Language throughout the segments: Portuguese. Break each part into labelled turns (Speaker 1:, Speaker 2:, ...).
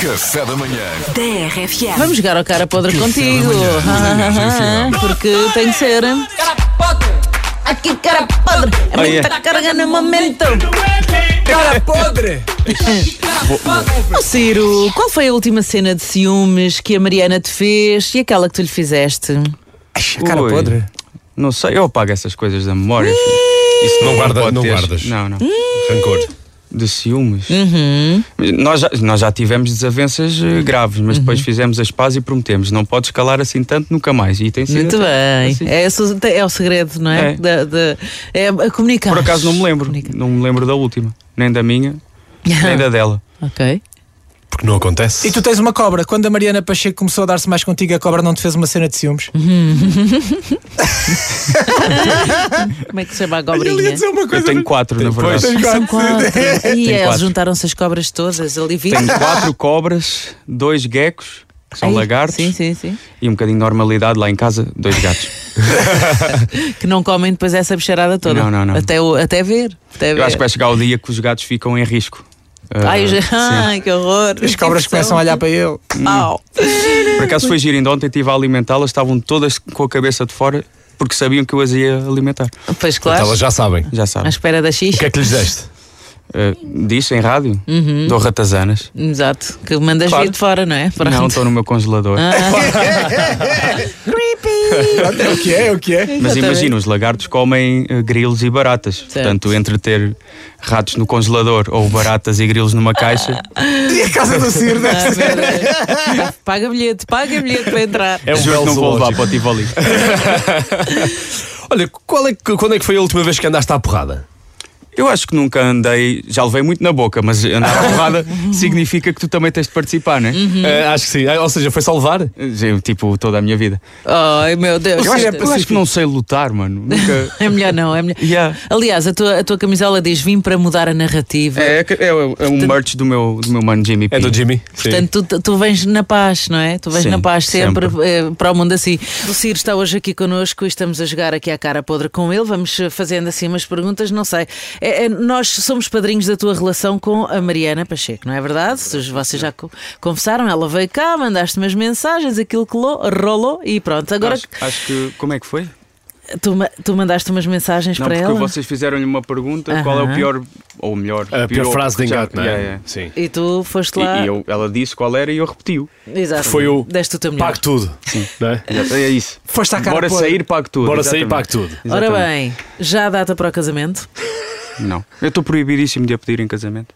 Speaker 1: Café da manhã.
Speaker 2: TRFM.
Speaker 3: Vamos jogar ao cara podre contigo. Ah, ah, Porque tem que ser. Aqui, cara podre. É muito
Speaker 4: yeah.
Speaker 3: para carregar no momento.
Speaker 5: Cara podre!
Speaker 3: Ó Ciro, qual foi a última cena de ciúmes que a Mariana te fez e aquela que tu lhe fizeste?
Speaker 5: Cara
Speaker 4: Ui,
Speaker 5: podre?
Speaker 4: Não sei, eu apago essas coisas da memória. Isso
Speaker 1: Não guarda-
Speaker 4: pode
Speaker 1: não
Speaker 4: ter.
Speaker 1: guardas.
Speaker 4: Não, não.
Speaker 1: Rancor.
Speaker 4: De ciúmes. Mas Nós, já, nós já tivemos desavenças eh, graves, mas depois fizemos as pazes e prometemos. Não podes calar assim tanto nunca mais. E tem sido
Speaker 3: Muito
Speaker 4: até-
Speaker 3: bem.
Speaker 4: assim.
Speaker 3: É, esse- é o segredo, não é?
Speaker 4: É.
Speaker 3: Da- da- é a comunicar.
Speaker 4: Por acaso não me lembro.
Speaker 3: Comunicar.
Speaker 4: Não me lembro da última. Nem da minha, nem da dela.
Speaker 3: ok.
Speaker 1: Porque não acontece.
Speaker 5: E tu tens uma cobra. Quando a Mariana Pacheco começou a dar-se mais contigo, a cobra não te fez uma cena de ciúmes?
Speaker 4: Uhum.
Speaker 3: Como é que se chama a
Speaker 5: Eu
Speaker 3: cobrinha?
Speaker 5: uma
Speaker 4: Eu tenho quatro, na
Speaker 1: Pois.
Speaker 4: verdade.
Speaker 3: São quatro. E elas
Speaker 4: quatro.
Speaker 3: juntaram-se as cobras todas ali vinte.
Speaker 4: Tenho quatro cobras, dois geckos, que são
Speaker 3: Ai,
Speaker 4: lagartos,
Speaker 3: Sim, sim, sim.
Speaker 4: e um bocadinho de normalidade lá em casa, dois gatos.
Speaker 3: Que não comem depois essa bicharada toda.
Speaker 4: Não, não, não.
Speaker 3: Até, o- até ver. Até ver.
Speaker 4: Eu acho que vai chegar o dia que os gatos ficam em risco. Ah,
Speaker 3: Ai, já-
Speaker 4: sim.
Speaker 3: ai, que Hum. horror.
Speaker 5: As cobras começam a olhar para ele.
Speaker 3: Au.
Speaker 4: Por acaso foi giro, ainda ontem estive a alimentá-las, estavam todas com a cabeça de fora porque sabiam que eu as ia alimentar.
Speaker 3: Pois
Speaker 1: Portanto,
Speaker 3: claro.
Speaker 1: Elas já sabem.
Speaker 4: Já
Speaker 3: À
Speaker 4: sabem.
Speaker 3: espera da
Speaker 1: O que
Speaker 3: xixa.
Speaker 1: é que lhes deste?
Speaker 4: Ah, disse em rádio, dou ratazanas.
Speaker 3: Exato. Que mandas
Speaker 4: Claro.
Speaker 3: vir de fora, não é? Pronto.
Speaker 4: Não, estou no meu congelador.
Speaker 5: É o que é, é o que é.
Speaker 4: Mas
Speaker 3: Exatamente.
Speaker 4: imagina, os lagartos comem eh, grilos e baratas. Portanto, entre ter ratos no congelador ou baratas e grilos numa caixa,
Speaker 5: E a casa do Ciro deve
Speaker 3: Ah,
Speaker 5: ser.
Speaker 3: meu Deus. paga bilhete, paga bilhete para entrar.
Speaker 1: É um
Speaker 4: juro
Speaker 1: belo
Speaker 4: que não vou levar
Speaker 1: zoológico.
Speaker 4: para o Tivoli.
Speaker 1: Olha, qual é que- quando é que foi a última vez que andaste à porrada?
Speaker 4: Eu acho que nunca andei, já levei muito na boca, mas andar à porrada significa que tu também tens de participar, não é?
Speaker 5: Uhum.
Speaker 1: Eh, acho que sim. Ah, Ou seja, foi só levar?
Speaker 4: Eu, Tipo, toda a minha vida.
Speaker 3: Ai, meu Deus.
Speaker 4: Eu acho,
Speaker 3: Coitada.
Speaker 4: eu acho que é não sei lutar, mano. Nunca.
Speaker 3: É melhor não, é melhor.
Speaker 4: Yeah.
Speaker 3: Aliás, a tua, a tua camisola diz: vim para mudar a narrativa.
Speaker 4: É, é, é um merch do meu, do meu mano Jimmy P.
Speaker 1: É do Jimmy? Sim.
Speaker 3: Portanto, tu, tu vens na paz, não é? Tu vens
Speaker 4: Sim,
Speaker 3: na paz sempre,
Speaker 4: sempre.
Speaker 3: eh, para o mundo assim. O Ciro está hoje aqui connosco e estamos a jogar aqui à cara podre com ele. Vamos eh, fazendo assim umas perguntas, não sei. É, é, nós somos padrinhos da tua relação com a Mariana Pacheco, não é verdade? Se Vocês já co- confessaram, ela veio cá, mandaste umas mensagens, aquilo que lo- rolou e pronto. Agora
Speaker 4: acho, acho que. Como é que foi?
Speaker 3: tu, ma- tu mandaste umas mensagens
Speaker 4: Não,
Speaker 3: para
Speaker 4: porque
Speaker 3: ela.
Speaker 4: vocês fizeram-lhe uma pergunta: qual é o
Speaker 3: Aham.
Speaker 4: pior. Ou melhor,
Speaker 1: Eh, A pior frase de engate, não é?
Speaker 4: Yeah, yeah.
Speaker 1: Sim.
Speaker 3: E tu foste lá.
Speaker 4: E, e eu, ela disse qual era e eu repetiu.
Speaker 3: Exato.
Speaker 1: Foi o
Speaker 3: Deste o teu melhor.
Speaker 1: Pague tudo. Não é?
Speaker 4: É isso.
Speaker 5: Foste à cara
Speaker 4: Bora
Speaker 5: podre.
Speaker 4: sair, pago tudo.
Speaker 1: Bora sair, pague
Speaker 4: exatamente.
Speaker 1: tudo.
Speaker 5: Então,
Speaker 3: Ora
Speaker 4: Exatamente.
Speaker 3: bem, já há data para o casamento?
Speaker 4: Não. Eu estou proibidíssimo de a pedir em casamento.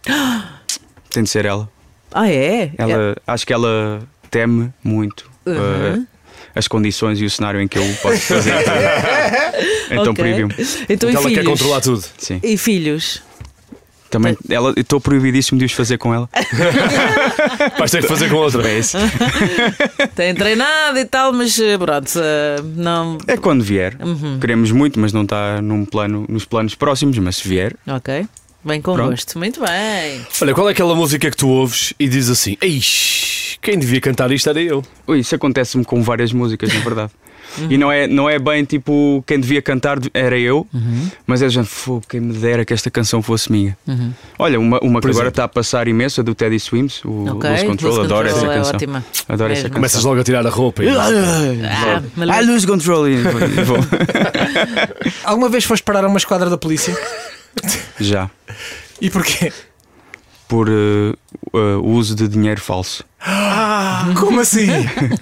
Speaker 4: Tem de ser ela.
Speaker 3: Ah, é?
Speaker 4: ela Acho que ela teme muito.
Speaker 3: Uhum.
Speaker 4: eh, as condições e o cenário em que eu posso fazer. então
Speaker 3: Ok.
Speaker 4: proibiu-me.
Speaker 3: Então,
Speaker 1: Porque
Speaker 3: e
Speaker 1: ela
Speaker 3: filhos?
Speaker 1: quer controlar tudo.
Speaker 4: Sim.
Speaker 3: E filhos?
Speaker 4: Também,
Speaker 3: Então-
Speaker 4: ela, eu estou proibidíssimo de os fazer com ela.
Speaker 1: Vais ter que fazer com outra.
Speaker 4: É, isso.
Speaker 3: Tem treinado e tal, mas eh, pronto, eh, não.
Speaker 4: É quando vier.
Speaker 3: Uhum.
Speaker 4: Queremos muito, mas não está num plano, nos planos próximos. Mas se vier,
Speaker 3: Ok. Bem com
Speaker 4: Pronto.
Speaker 3: gosto. Muito bem.
Speaker 1: Olha, qual é aquela música que tu ouves e diz assim: Eish, quem devia cantar isto era eu.
Speaker 4: Ui, isso acontece-me com várias músicas, na verdade.
Speaker 3: Uhum.
Speaker 4: E não é, não é bem tipo quem devia cantar era eu,
Speaker 3: Uhum.
Speaker 4: mas é gente, "Fô, quem me dera que esta canção fosse minha.
Speaker 3: Uhum.
Speaker 4: Olha, uma, uma que agora
Speaker 1: exemplo.
Speaker 4: está a passar imenso, a do Teddy Swims, o
Speaker 3: Ok.
Speaker 4: Lose Control,
Speaker 3: Lose
Speaker 4: adoro
Speaker 3: Control
Speaker 4: essa
Speaker 3: é
Speaker 4: canção.
Speaker 3: ótima.
Speaker 4: Adoro essa
Speaker 3: Mesmo.
Speaker 4: canção.
Speaker 1: Começas logo a tirar a roupa. E...
Speaker 3: Ah,
Speaker 4: Ah,
Speaker 3: maluco.
Speaker 4: Lose Control! e vou- e vou.
Speaker 5: Alguma vez foste parar a uma esquadra da polícia?
Speaker 4: Já.
Speaker 5: E porquê?
Speaker 4: Por eh, eh, uso de dinheiro falso.
Speaker 3: Ah.
Speaker 5: Como assim?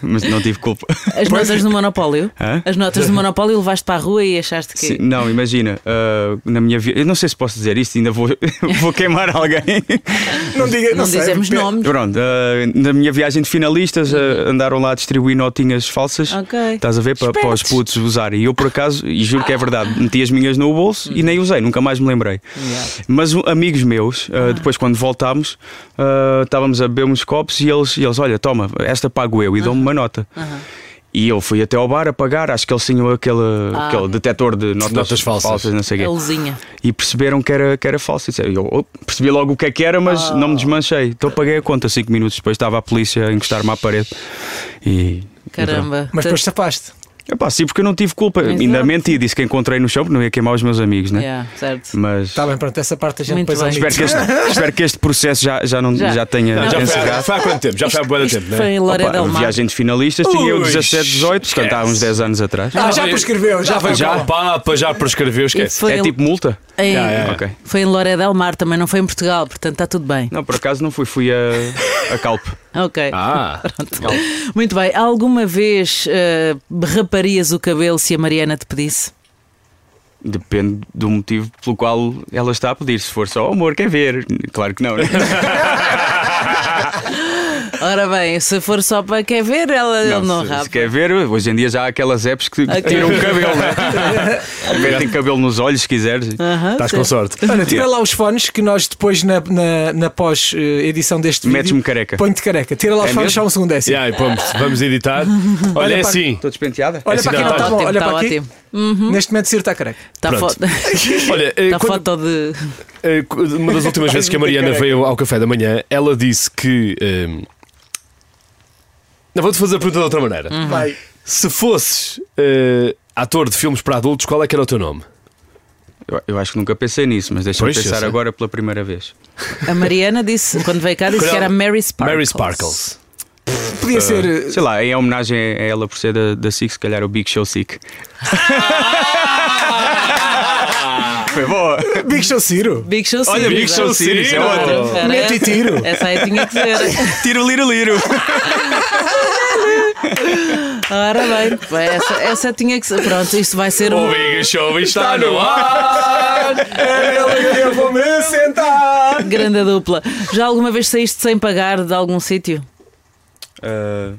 Speaker 4: Mas não tive culpa.
Speaker 3: As notas do Monopólio?
Speaker 4: Hã?
Speaker 3: As notas do Monopólio levaste para a rua e achaste que.
Speaker 4: Sim, não, imagina, ah, na minha vida. Eu não sei se posso dizer isto, ainda vou, vou queimar alguém.
Speaker 5: Não diga,
Speaker 3: não
Speaker 5: sei.
Speaker 3: dizemos
Speaker 5: Pe-
Speaker 3: nomes.
Speaker 4: Pronto, ah, na minha viagem de finalistas ah, andaram lá a distribuir notinhas falsas.
Speaker 3: Ok.
Speaker 4: Estás a ver? Para, para os putos usarem. E eu, por acaso, e juro que é verdade, meti as minhas no bolso e nem usei, nunca mais me lembrei.
Speaker 3: Yeah.
Speaker 4: Mas um, amigos meus, ah, depois quando voltámos, ah, estávamos a beber uns copos e eles, e eles olha, toma, esta pago eu e dão-me uma nota. E eu fui até ao bar a pagar, acho que eles tinham aquele,
Speaker 3: Ah.
Speaker 4: aquele detector de notas,
Speaker 1: Notas falsas.
Speaker 4: não sei o quê
Speaker 3: A É luzinha.
Speaker 4: e perceberam que era, que era falso. E disseram, Eu oh, percebi logo o que é que era, mas não
Speaker 3: Ah.
Speaker 4: me desmanchei. Então paguei a conta. Cinco minutos depois estava a polícia a encostar-me à parede. E. e pronto.
Speaker 3: Caramba.
Speaker 5: Mas
Speaker 3: Te-
Speaker 5: depois tapaste.
Speaker 4: Epá, sim, porque eu não tive culpa.
Speaker 3: Exato.
Speaker 4: Ainda menti, disse que encontrei no chão porque não ia queimar os meus amigos, né?
Speaker 3: Yeah, certo.
Speaker 4: Mas
Speaker 1: Tá
Speaker 5: Está Tá bem, pronto, essa parte a gente
Speaker 3: Muito
Speaker 5: depois
Speaker 3: bem.
Speaker 5: omite.
Speaker 4: espero que, este, espero que este processo já, já, não,
Speaker 3: Já.
Speaker 4: já. tenha
Speaker 3: Não,
Speaker 1: Já foi, há,
Speaker 4: encerrado.
Speaker 1: foi há quanto tempo? Já foi há muito tempo,
Speaker 3: Isto
Speaker 1: não
Speaker 3: foi
Speaker 1: é?
Speaker 3: em Loura
Speaker 4: né? Opa,
Speaker 3: del Mar.
Speaker 4: viagem de finalistas, tinha eu
Speaker 1: Ui,
Speaker 4: 17, 18, portanto há uns 10 anos atrás.
Speaker 5: Ah, já prescreveu, já, foi
Speaker 1: Já o Papa, já prescreveu,
Speaker 3: E
Speaker 1: esquece.
Speaker 3: foi
Speaker 4: é
Speaker 3: em-
Speaker 4: tipo multa?
Speaker 3: em,
Speaker 1: Yeah, yeah.
Speaker 4: Ok.
Speaker 3: Foi em Loura del Mar também, não foi em Portugal, portanto está tudo bem.
Speaker 4: Não, por acaso não fui, fui a, a Calpe.
Speaker 3: Ok.
Speaker 1: Ah,
Speaker 3: Muito bem. Alguma vez eh, raparias o cabelo se a Mariana te pedisse?
Speaker 4: Depende do motivo pelo qual ela está a pedir. Se for só amor, quer ver? Claro que não. Né?
Speaker 3: Ora bem, se for só para quer ver, ela ele não,
Speaker 4: se,
Speaker 3: rapa.
Speaker 4: se quer ver, hoje em dia já há aquelas apps que
Speaker 3: Ok.
Speaker 4: tiram o cabelo, né? Metem cabelo nos olhos se quiseres.
Speaker 3: Aham,
Speaker 1: estás
Speaker 3: certo.
Speaker 1: com sorte.
Speaker 5: Olha, tira lá os fones que nós depois na, na, na pós-edição deste
Speaker 4: Metes-me
Speaker 5: vídeo
Speaker 4: careca.
Speaker 5: põe-te careca. Tira lá os
Speaker 4: É
Speaker 5: fones
Speaker 4: mesmo?
Speaker 5: só um segundo, é assim.
Speaker 1: Yeah, e vamos, vamos editar. Olha, é
Speaker 5: Olha, pá,
Speaker 1: assim.
Speaker 4: Estou despenteada? É
Speaker 5: Olha
Speaker 1: Esse
Speaker 5: para aqui,
Speaker 1: não
Speaker 5: não
Speaker 1: tá
Speaker 5: está bom,
Speaker 3: ótimo,
Speaker 5: olha
Speaker 3: tá
Speaker 5: para aqui.
Speaker 3: ótimo.
Speaker 5: Neste momento Ciro está careca.
Speaker 3: Está
Speaker 1: Pronto.
Speaker 3: foto.
Speaker 1: Olha, eh,
Speaker 3: Está
Speaker 1: quando-
Speaker 3: Tá foto de.
Speaker 1: eh, uma das últimas vezes que a Mariana veio ao café da manhã, ela disse que. ehm, Não, vou-te fazer a pergunta de outra maneira.
Speaker 5: Vai.
Speaker 1: Se fosses eh, ator de filmes para adultos, qual é que era o teu nome?
Speaker 4: Eu, eu acho que nunca pensei nisso, mas deixa-me
Speaker 1: Pois, eu
Speaker 4: pensar
Speaker 1: sei.
Speaker 4: agora pela primeira vez.
Speaker 3: A Mariana disse, quando veio cá, disse
Speaker 1: Qual
Speaker 3: que
Speaker 1: é
Speaker 3: era
Speaker 1: o-
Speaker 3: Mary Sparkles.
Speaker 1: Mary Sparkles.
Speaker 5: Podia ser. eh,
Speaker 4: Sei lá, é em homenagem a ela por ser da, da SIC, se calhar o Big Show SIC. Foi boa!
Speaker 5: Big Show Ciro.
Speaker 3: Big Show
Speaker 4: Olha,
Speaker 3: Ciro.
Speaker 4: Big Show Ciro, isso é
Speaker 1: Ciro.
Speaker 4: ótimo.
Speaker 3: Era-
Speaker 5: Mete e tiro.
Speaker 3: Essa aí tinha que ser.
Speaker 4: Tiro, liro, liro!
Speaker 3: Ora bem, pá, essa, essa tinha que ser. Pronto, isto vai ser um.
Speaker 1: Big Show está no ar!
Speaker 5: Eu vou me sentar.
Speaker 3: Grande dupla. Já alguma vez saíste sem pagar de algum sítio?
Speaker 4: Ah,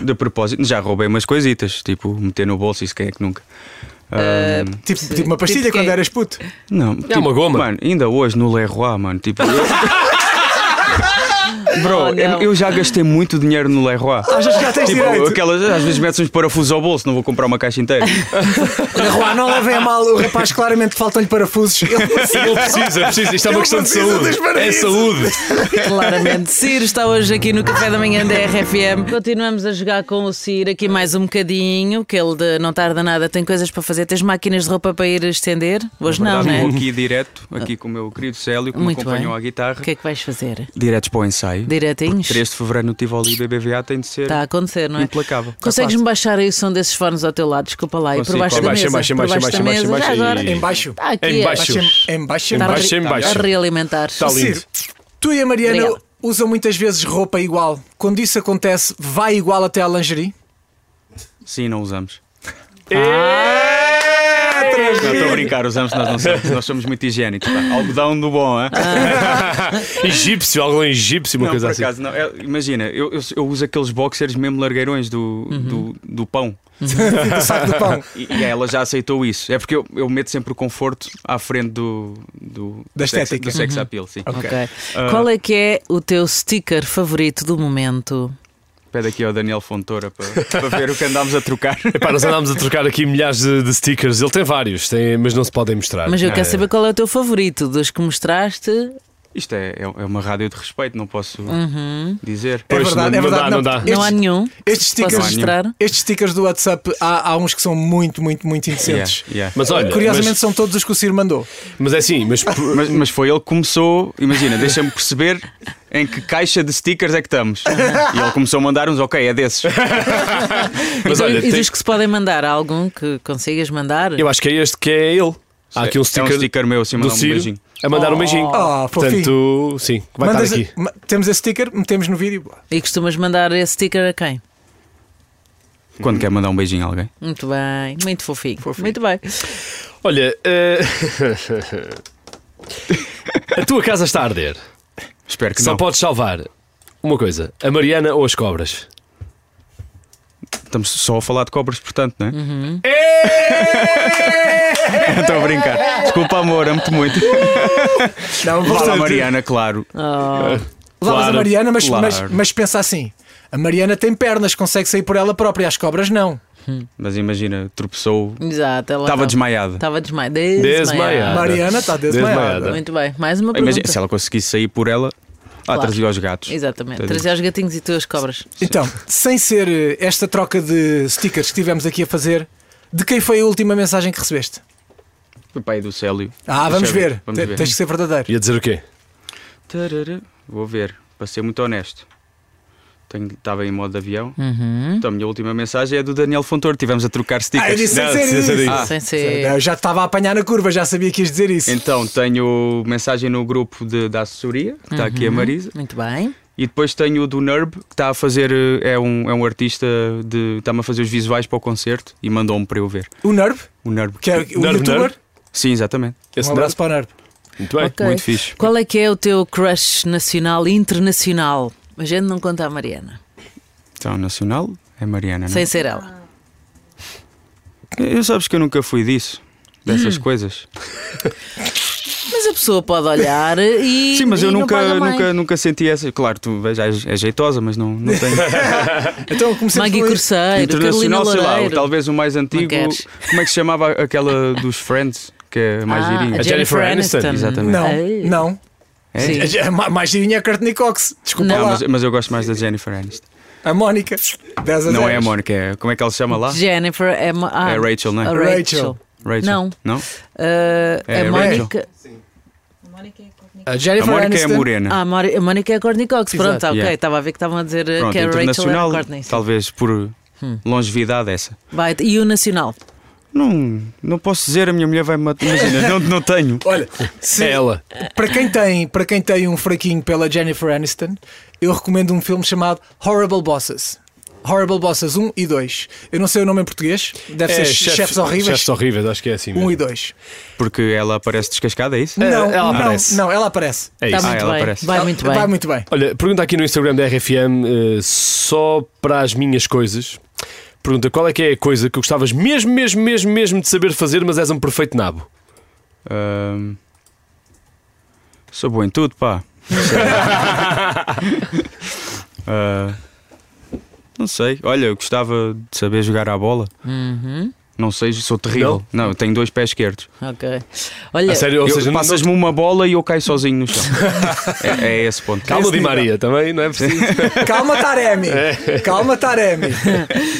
Speaker 4: de propósito, já roubei umas coisitas, tipo meter no bolso, isso quem é que nunca? Ah,
Speaker 5: Tipo, tipo uma pastilha
Speaker 3: Tipo quê?
Speaker 5: quando eras puto.
Speaker 4: não, é
Speaker 1: uma goma.
Speaker 4: Mano, ainda hoje no Leroy, mano, tipo. eu- Bro,
Speaker 3: Oh, não.
Speaker 4: eu, eu já gastei muito dinheiro no Leroy.
Speaker 5: Achas que já tens
Speaker 4: Tipo,
Speaker 5: Ah, é direito?
Speaker 4: aquelas, às vezes metes uns parafusos ao bolso, não vou comprar uma caixa inteira.
Speaker 5: Na rua não levem a mal, o rapaz claramente faltam-lhe parafusos. Ele-
Speaker 1: Ele precisa, precisa. Isto é uma
Speaker 5: Ele
Speaker 1: questão de
Speaker 5: precisa
Speaker 1: saúde.
Speaker 5: dos
Speaker 1: É
Speaker 5: paraísos.
Speaker 1: saúde.
Speaker 3: Claramente. Ciro está hoje aqui no Café da Manhã da RFM. Continuamos a jogar com o Ciro aqui mais um bocadinho, que ele de- não tarda nada, tem coisas para fazer. Tens máquinas de roupa para ir estender? Hoje não,
Speaker 4: Verdade,
Speaker 3: não
Speaker 4: Vou
Speaker 3: é?
Speaker 4: aqui um direto, aqui com o meu querido Célio, que
Speaker 3: Muito
Speaker 4: me acompanhou
Speaker 3: bem.
Speaker 4: à guitarra.
Speaker 3: O que é que vais fazer?
Speaker 4: Diretos para o ensaio.
Speaker 3: Direitinhos?
Speaker 4: 3 de fevereiro no Tivoli e BBVA tem de ser
Speaker 3: Está a acontecer, não é?
Speaker 4: implacável.
Speaker 3: Consegues-me baixar aí o som desses fones ao teu lado? Desculpa lá, e por
Speaker 4: Consigo,
Speaker 3: baixo da
Speaker 4: claro.
Speaker 3: mesa.
Speaker 1: Baixa,
Speaker 3: por
Speaker 1: baixa,
Speaker 3: baixo
Speaker 1: baixa,
Speaker 3: da mesa.
Speaker 1: baixa,
Speaker 3: Já
Speaker 1: baixa
Speaker 3: agora.
Speaker 1: e-
Speaker 5: Embaixo.
Speaker 3: Está aqui.
Speaker 1: Em
Speaker 3: é.
Speaker 1: baixo.
Speaker 5: Embaixo. Embaixo.
Speaker 3: Está
Speaker 1: Embaixo,
Speaker 3: a re-
Speaker 1: embaixo.
Speaker 3: A realimentar.
Speaker 1: Está é lindo.
Speaker 5: Ciro, tu e a Mariana
Speaker 3: Obrigada.
Speaker 5: usam muitas vezes roupa igual. Quando isso acontece, vai igual até à lingerie?
Speaker 4: Sim, não usamos.
Speaker 1: Ei!
Speaker 4: Não estou a brincar, usamos, nós não somos, nós somos muito higiênicos. pá. Algodão do bom, é?
Speaker 1: Egípcio, algo em egípcio, uma
Speaker 4: não,
Speaker 1: coisa
Speaker 4: por
Speaker 1: assim.
Speaker 4: acaso, não. É, imagina, eu, eu, eu uso aqueles boxers mesmo largueirões do, do, do pão.
Speaker 5: Do saco do pão. É
Speaker 4: E, e ela já aceitou isso. É porque eu, eu meto sempre o conforto à frente do, do,
Speaker 5: Da
Speaker 4: do sex-
Speaker 5: estética.
Speaker 4: do sex appeal, sim.
Speaker 5: Ok.
Speaker 3: Ok.
Speaker 1: Ah.
Speaker 3: Qual é que é o teu sticker favorito do momento?
Speaker 4: Pede aqui ao Daniel Fontoura para, para ver o que andámos a trocar.
Speaker 1: Epá, nós andámos a trocar aqui milhares de, de stickers. Ele tem vários, tem, mas não se podem mostrar.
Speaker 3: Mas eu
Speaker 1: É.
Speaker 3: quero saber qual é o teu favorito dos que mostraste.
Speaker 4: Isto é, é é uma rádio de respeito, não posso dizer.
Speaker 5: É
Speaker 1: Pois,
Speaker 5: verdade,
Speaker 1: não-
Speaker 5: é
Speaker 1: não
Speaker 5: verdade.
Speaker 1: dá, não dá.
Speaker 3: Não há nenhum. Posso
Speaker 5: Estes stickers,
Speaker 4: Não há nenhum.
Speaker 3: mostrar?
Speaker 5: estes stickers do WhatsApp, há, há uns que são muito, muito, muito
Speaker 4: Yeah,
Speaker 5: indecentes.
Speaker 4: yeah.
Speaker 1: Mas olha,
Speaker 5: Curiosamente,
Speaker 1: mas,
Speaker 5: são todos os que o Ciro mandou.
Speaker 1: mas é assim, mas
Speaker 4: Mas, mas foi ele que começou, imagina, deixa-me perceber em que caixa de stickers é que estamos. E ele começou a mandar uns, ok, é desses.
Speaker 1: Mas
Speaker 3: e
Speaker 1: olha,
Speaker 3: Então, e
Speaker 1: tem-
Speaker 3: dos que se podem mandar? Há algum que consigas mandar?
Speaker 1: eu acho que é este que é ele. Há aqui um sticker,
Speaker 4: é um sticker meu, assim,
Speaker 1: do
Speaker 4: mandar um
Speaker 1: Ciro
Speaker 4: beijinho.
Speaker 1: a mandar um beijinho.
Speaker 5: Oh,
Speaker 1: Portanto, sim, vai
Speaker 5: Mandas
Speaker 1: estar aqui.
Speaker 5: a- ma- temos esse sticker, metemos no vídeo.
Speaker 3: E costumas mandar esse sticker a quem?
Speaker 4: Quando quer mandar um beijinho a alguém?
Speaker 3: Muito bem, muito fofinho. Muito bem.
Speaker 1: Olha, eh, a tua casa está a arder.
Speaker 4: Espero que
Speaker 1: Só
Speaker 4: não.
Speaker 1: podes salvar uma coisa: a Mariana ou as cobras.
Speaker 4: Estamos só a falar de cobras, portanto, não é?
Speaker 1: Uhum.
Speaker 4: Estou a brincar. Desculpa, amor, amo-te muito.
Speaker 5: Não,
Speaker 4: Fala a
Speaker 5: portanto,
Speaker 4: Mariana, claro.
Speaker 5: Lavas
Speaker 1: Claro,
Speaker 5: a Mariana, mas,
Speaker 4: claro.
Speaker 5: mas, mas pensa assim: a Mariana tem pernas, consegue sair por ela própria, as cobras não.
Speaker 4: Mas imagina, tropeçou,
Speaker 3: Exato. ela tá-
Speaker 4: estava
Speaker 1: tá.
Speaker 3: tava-
Speaker 4: desmaiada.
Speaker 3: Estava desmaia- desmaiada.
Speaker 4: É,
Speaker 1: Desmaiada.
Speaker 5: Mariana tá está desmaiada.
Speaker 1: Desmaiada.
Speaker 3: Muito bem. Mais uma pergunta.
Speaker 4: Imagina, se ela conseguisse sair por ela, Ah,
Speaker 3: Claro.
Speaker 4: trazia os gatos.
Speaker 3: Exatamente.
Speaker 4: Tadinho.
Speaker 3: Trazia os gatinhos e tu as cobras.
Speaker 5: Então, sem ser eh, esta troca de stickers que tivemos aqui a fazer, de quem foi a última mensagem que recebeste?
Speaker 4: O pai do Célio.
Speaker 5: Ah, vamos
Speaker 4: Deixa eu
Speaker 5: ver.
Speaker 4: Vamos
Speaker 5: Te-
Speaker 4: ver.
Speaker 5: Tens que ser verdadeiro.
Speaker 1: Ia dizer o quê?
Speaker 4: Tarara. Vou ver, para ser muito honesto. Tenho- Estava em modo de avião.
Speaker 3: Uhum.
Speaker 4: Então, a minha última mensagem é do Daniel Fontor. Tivemos a trocar stickers.
Speaker 5: Ah, eu disse sem
Speaker 1: Não,
Speaker 5: ser
Speaker 1: sem ser
Speaker 5: isso. Ah,
Speaker 1: isso.
Speaker 3: Sem ser.
Speaker 5: Eu já te estava a apanhar na curva, já sabia que ias dizer isso.
Speaker 4: Então, tenho mensagem no grupo de- da assessoria, que está aqui a Marisa.
Speaker 3: Muito bem.
Speaker 4: E depois tenho o do Nurb, que está a fazer. eh, É um, é um artista de. Está-me a fazer os visuais para o concerto e mandou-me para eu ver.
Speaker 5: O Nerb,
Speaker 4: O Nurb.
Speaker 5: que é o
Speaker 1: Nerb,
Speaker 5: youtuber.
Speaker 1: Nerb.
Speaker 4: Sim, exatamente.
Speaker 1: Esse
Speaker 5: um abraço para o Nerb.
Speaker 1: não? Muito bem.
Speaker 3: Ok.
Speaker 4: Muito fixe.
Speaker 3: Qual é que é o teu crush nacional e internacional? A gente não conta a Mariana,
Speaker 4: Então, nacional é Mariana, não é?
Speaker 3: sem ser ela.
Speaker 4: Eu sabes que eu nunca fui disso. Dessas coisas.
Speaker 3: Mas a pessoa pode olhar e.
Speaker 4: Sim, mas
Speaker 3: e
Speaker 4: eu
Speaker 3: não
Speaker 4: nunca,
Speaker 3: paga bem.
Speaker 4: nunca, nunca senti essa. Claro, tu veja, é é jeitosa, mas não, não tenho.
Speaker 5: Então, comecei
Speaker 3: Magui
Speaker 5: por
Speaker 3: Corseiro, Carolina
Speaker 4: Internacional, sei lá,
Speaker 3: Loureiro.
Speaker 4: ou talvez o mais antigo.
Speaker 3: queres.
Speaker 4: Como é que se chamava aquela dos Friends? Que é mais
Speaker 3: Ah,
Speaker 4: girinha.
Speaker 3: a
Speaker 1: Jennifer
Speaker 3: Jennifer
Speaker 1: Aniston.
Speaker 3: Aniston.
Speaker 4: Exatamente.
Speaker 5: Não,
Speaker 3: Ei.
Speaker 5: não.
Speaker 4: É?
Speaker 3: Sim.
Speaker 5: A- a- ma- Mais girinha é a Courtney Cox. Desculpa
Speaker 4: Ah,
Speaker 5: lá.
Speaker 4: mas, mas eu gosto mais da Jennifer Aniston.
Speaker 5: A Mónica. 10 a
Speaker 4: Não é a
Speaker 5: 10.
Speaker 4: Mónica, é. Como é que ela se chama lá?
Speaker 3: Jennifer é. ma- ah,
Speaker 4: É Rachel, não é?
Speaker 3: a
Speaker 5: Rachel.
Speaker 3: Rachel.
Speaker 4: Rachel.
Speaker 3: Não.
Speaker 4: Não?
Speaker 3: Ah,
Speaker 4: É
Speaker 3: a
Speaker 4: Rachel.
Speaker 3: Mónica.
Speaker 5: A
Speaker 4: a
Speaker 5: Jennifer
Speaker 4: Mónica é
Speaker 5: Aniston.
Speaker 4: morena.
Speaker 3: Ah, a Mori- a Mónica é a Courtney Cox.
Speaker 5: Exato.
Speaker 3: Pronto, tá, ok.
Speaker 4: Yeah.
Speaker 3: Estava a ver que estavam a dizer eh,
Speaker 4: Pronto,
Speaker 3: que a Rachel era a
Speaker 4: internacional,
Speaker 3: Courtney. sim. Hum.
Speaker 4: talvez por longevidade essa.
Speaker 3: Vai, e o nacional?
Speaker 4: Não, não posso dizer, a minha mulher vai me matar. Imagina, não, não tenho.
Speaker 5: Olha, se-
Speaker 1: É ela.
Speaker 5: para, quem tem, para quem tem um fraquinho pela Jennifer Aniston, eu recomendo um filme chamado Horrible Bosses. Horrible Bosses 1 e 2. Eu não sei o nome em português, deve
Speaker 1: É,
Speaker 5: ser Chefes, Horríveis
Speaker 1: Chefes horríveis, acho que é assim.
Speaker 5: 1 e
Speaker 1: mesmo.
Speaker 5: 2.
Speaker 4: Porque ela aparece descascada, é isso?
Speaker 1: É,
Speaker 5: não,
Speaker 1: ela
Speaker 5: não,
Speaker 1: aparece.
Speaker 5: não, ela aparece.
Speaker 1: É
Speaker 3: Tá
Speaker 1: isso.
Speaker 4: Ah,
Speaker 3: muito
Speaker 4: ela
Speaker 3: bem.
Speaker 4: aparece.
Speaker 3: Vai
Speaker 5: Ela-
Speaker 3: muito bem.
Speaker 5: Vai muito bem.
Speaker 1: Olha, pergunta aqui no Instagram da RFM, eh, só para as minhas coisas. Pergunta qual é que é a coisa que gostavas mesmo, mesmo, mesmo, mesmo de saber fazer, mas és um perfeito nabo.
Speaker 4: Ahm, sou bom em tudo, pá. Ah, não sei. Olha, eu gostava de saber jogar à bola.
Speaker 3: Uhum,
Speaker 4: Não sei, sou terrível. Não, eu tenho dois pés esquerdos.
Speaker 3: ok. Olha,
Speaker 1: A sério, ou
Speaker 4: Eu-
Speaker 1: seja, não-
Speaker 4: Passas-me uma bola e eu caio sozinho no chão. é, é esse ponto.
Speaker 1: Calma,
Speaker 5: Esse
Speaker 1: Di
Speaker 5: nível.
Speaker 1: Maria, também, não é preciso.
Speaker 5: Calma, Taremi. Calma, Taremi.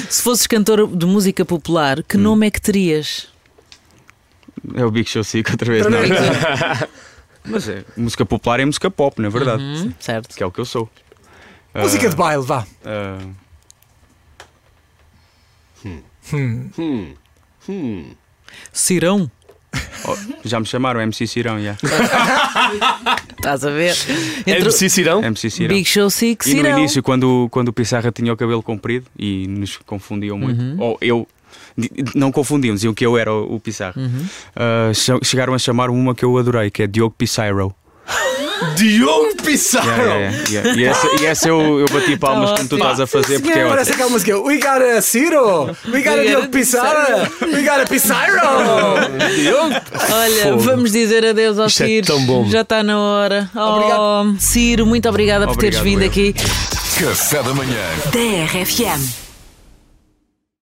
Speaker 3: se fosses cantor de música popular,
Speaker 4: Hum.
Speaker 3: que nome é que terias?
Speaker 4: É o Big Show 5 outra vez. Não. é? Mas é, música popular é música pop, na verdade.
Speaker 3: né? Uhum, certo.
Speaker 4: Que é o que eu sou.
Speaker 5: Música de baile, vá.
Speaker 4: Ah,
Speaker 5: Hum.
Speaker 1: Hum, hum.
Speaker 3: Cirão.
Speaker 4: oh, já me chamaram MC Cirão, yeah.
Speaker 3: Estás a ver? Entre
Speaker 1: MC Cirão?
Speaker 4: MC
Speaker 3: o
Speaker 4: Cirão.
Speaker 3: Então, Big Show 6,
Speaker 4: É E no
Speaker 3: Cirão.
Speaker 4: início, quando, quando o Pissarra tinha o cabelo comprido e nos confundiam muito, ou eu, di- não confundiam, diziam que eu era o, o Pissarra, Ah, che- chegaram a chamar uma que eu adorei, que é Diogo Pissarro.
Speaker 1: Diogo Pissarro!
Speaker 4: Yeah, yeah, yeah, yeah. E essa, e essa eu, eu bati palmas como tu
Speaker 3: ótimo.
Speaker 4: estás a fazer, porque é
Speaker 5: Parece
Speaker 4: ótimo.
Speaker 5: aquela música. We got a Ciro. We got a Diogo Pissarra. We got a Pissarro.
Speaker 3: Olha,
Speaker 1: Fogo.
Speaker 3: vamos dizer adeus ao
Speaker 1: Isto é
Speaker 3: Ciro.
Speaker 1: tão bom.
Speaker 3: Já está na hora. Oh,
Speaker 5: Obrigado.
Speaker 3: Ciro, muito obrigada por teres
Speaker 4: Obrigado,
Speaker 3: vindo
Speaker 4: eu.
Speaker 3: aqui.
Speaker 2: Café da manhã.
Speaker 6: TRFM.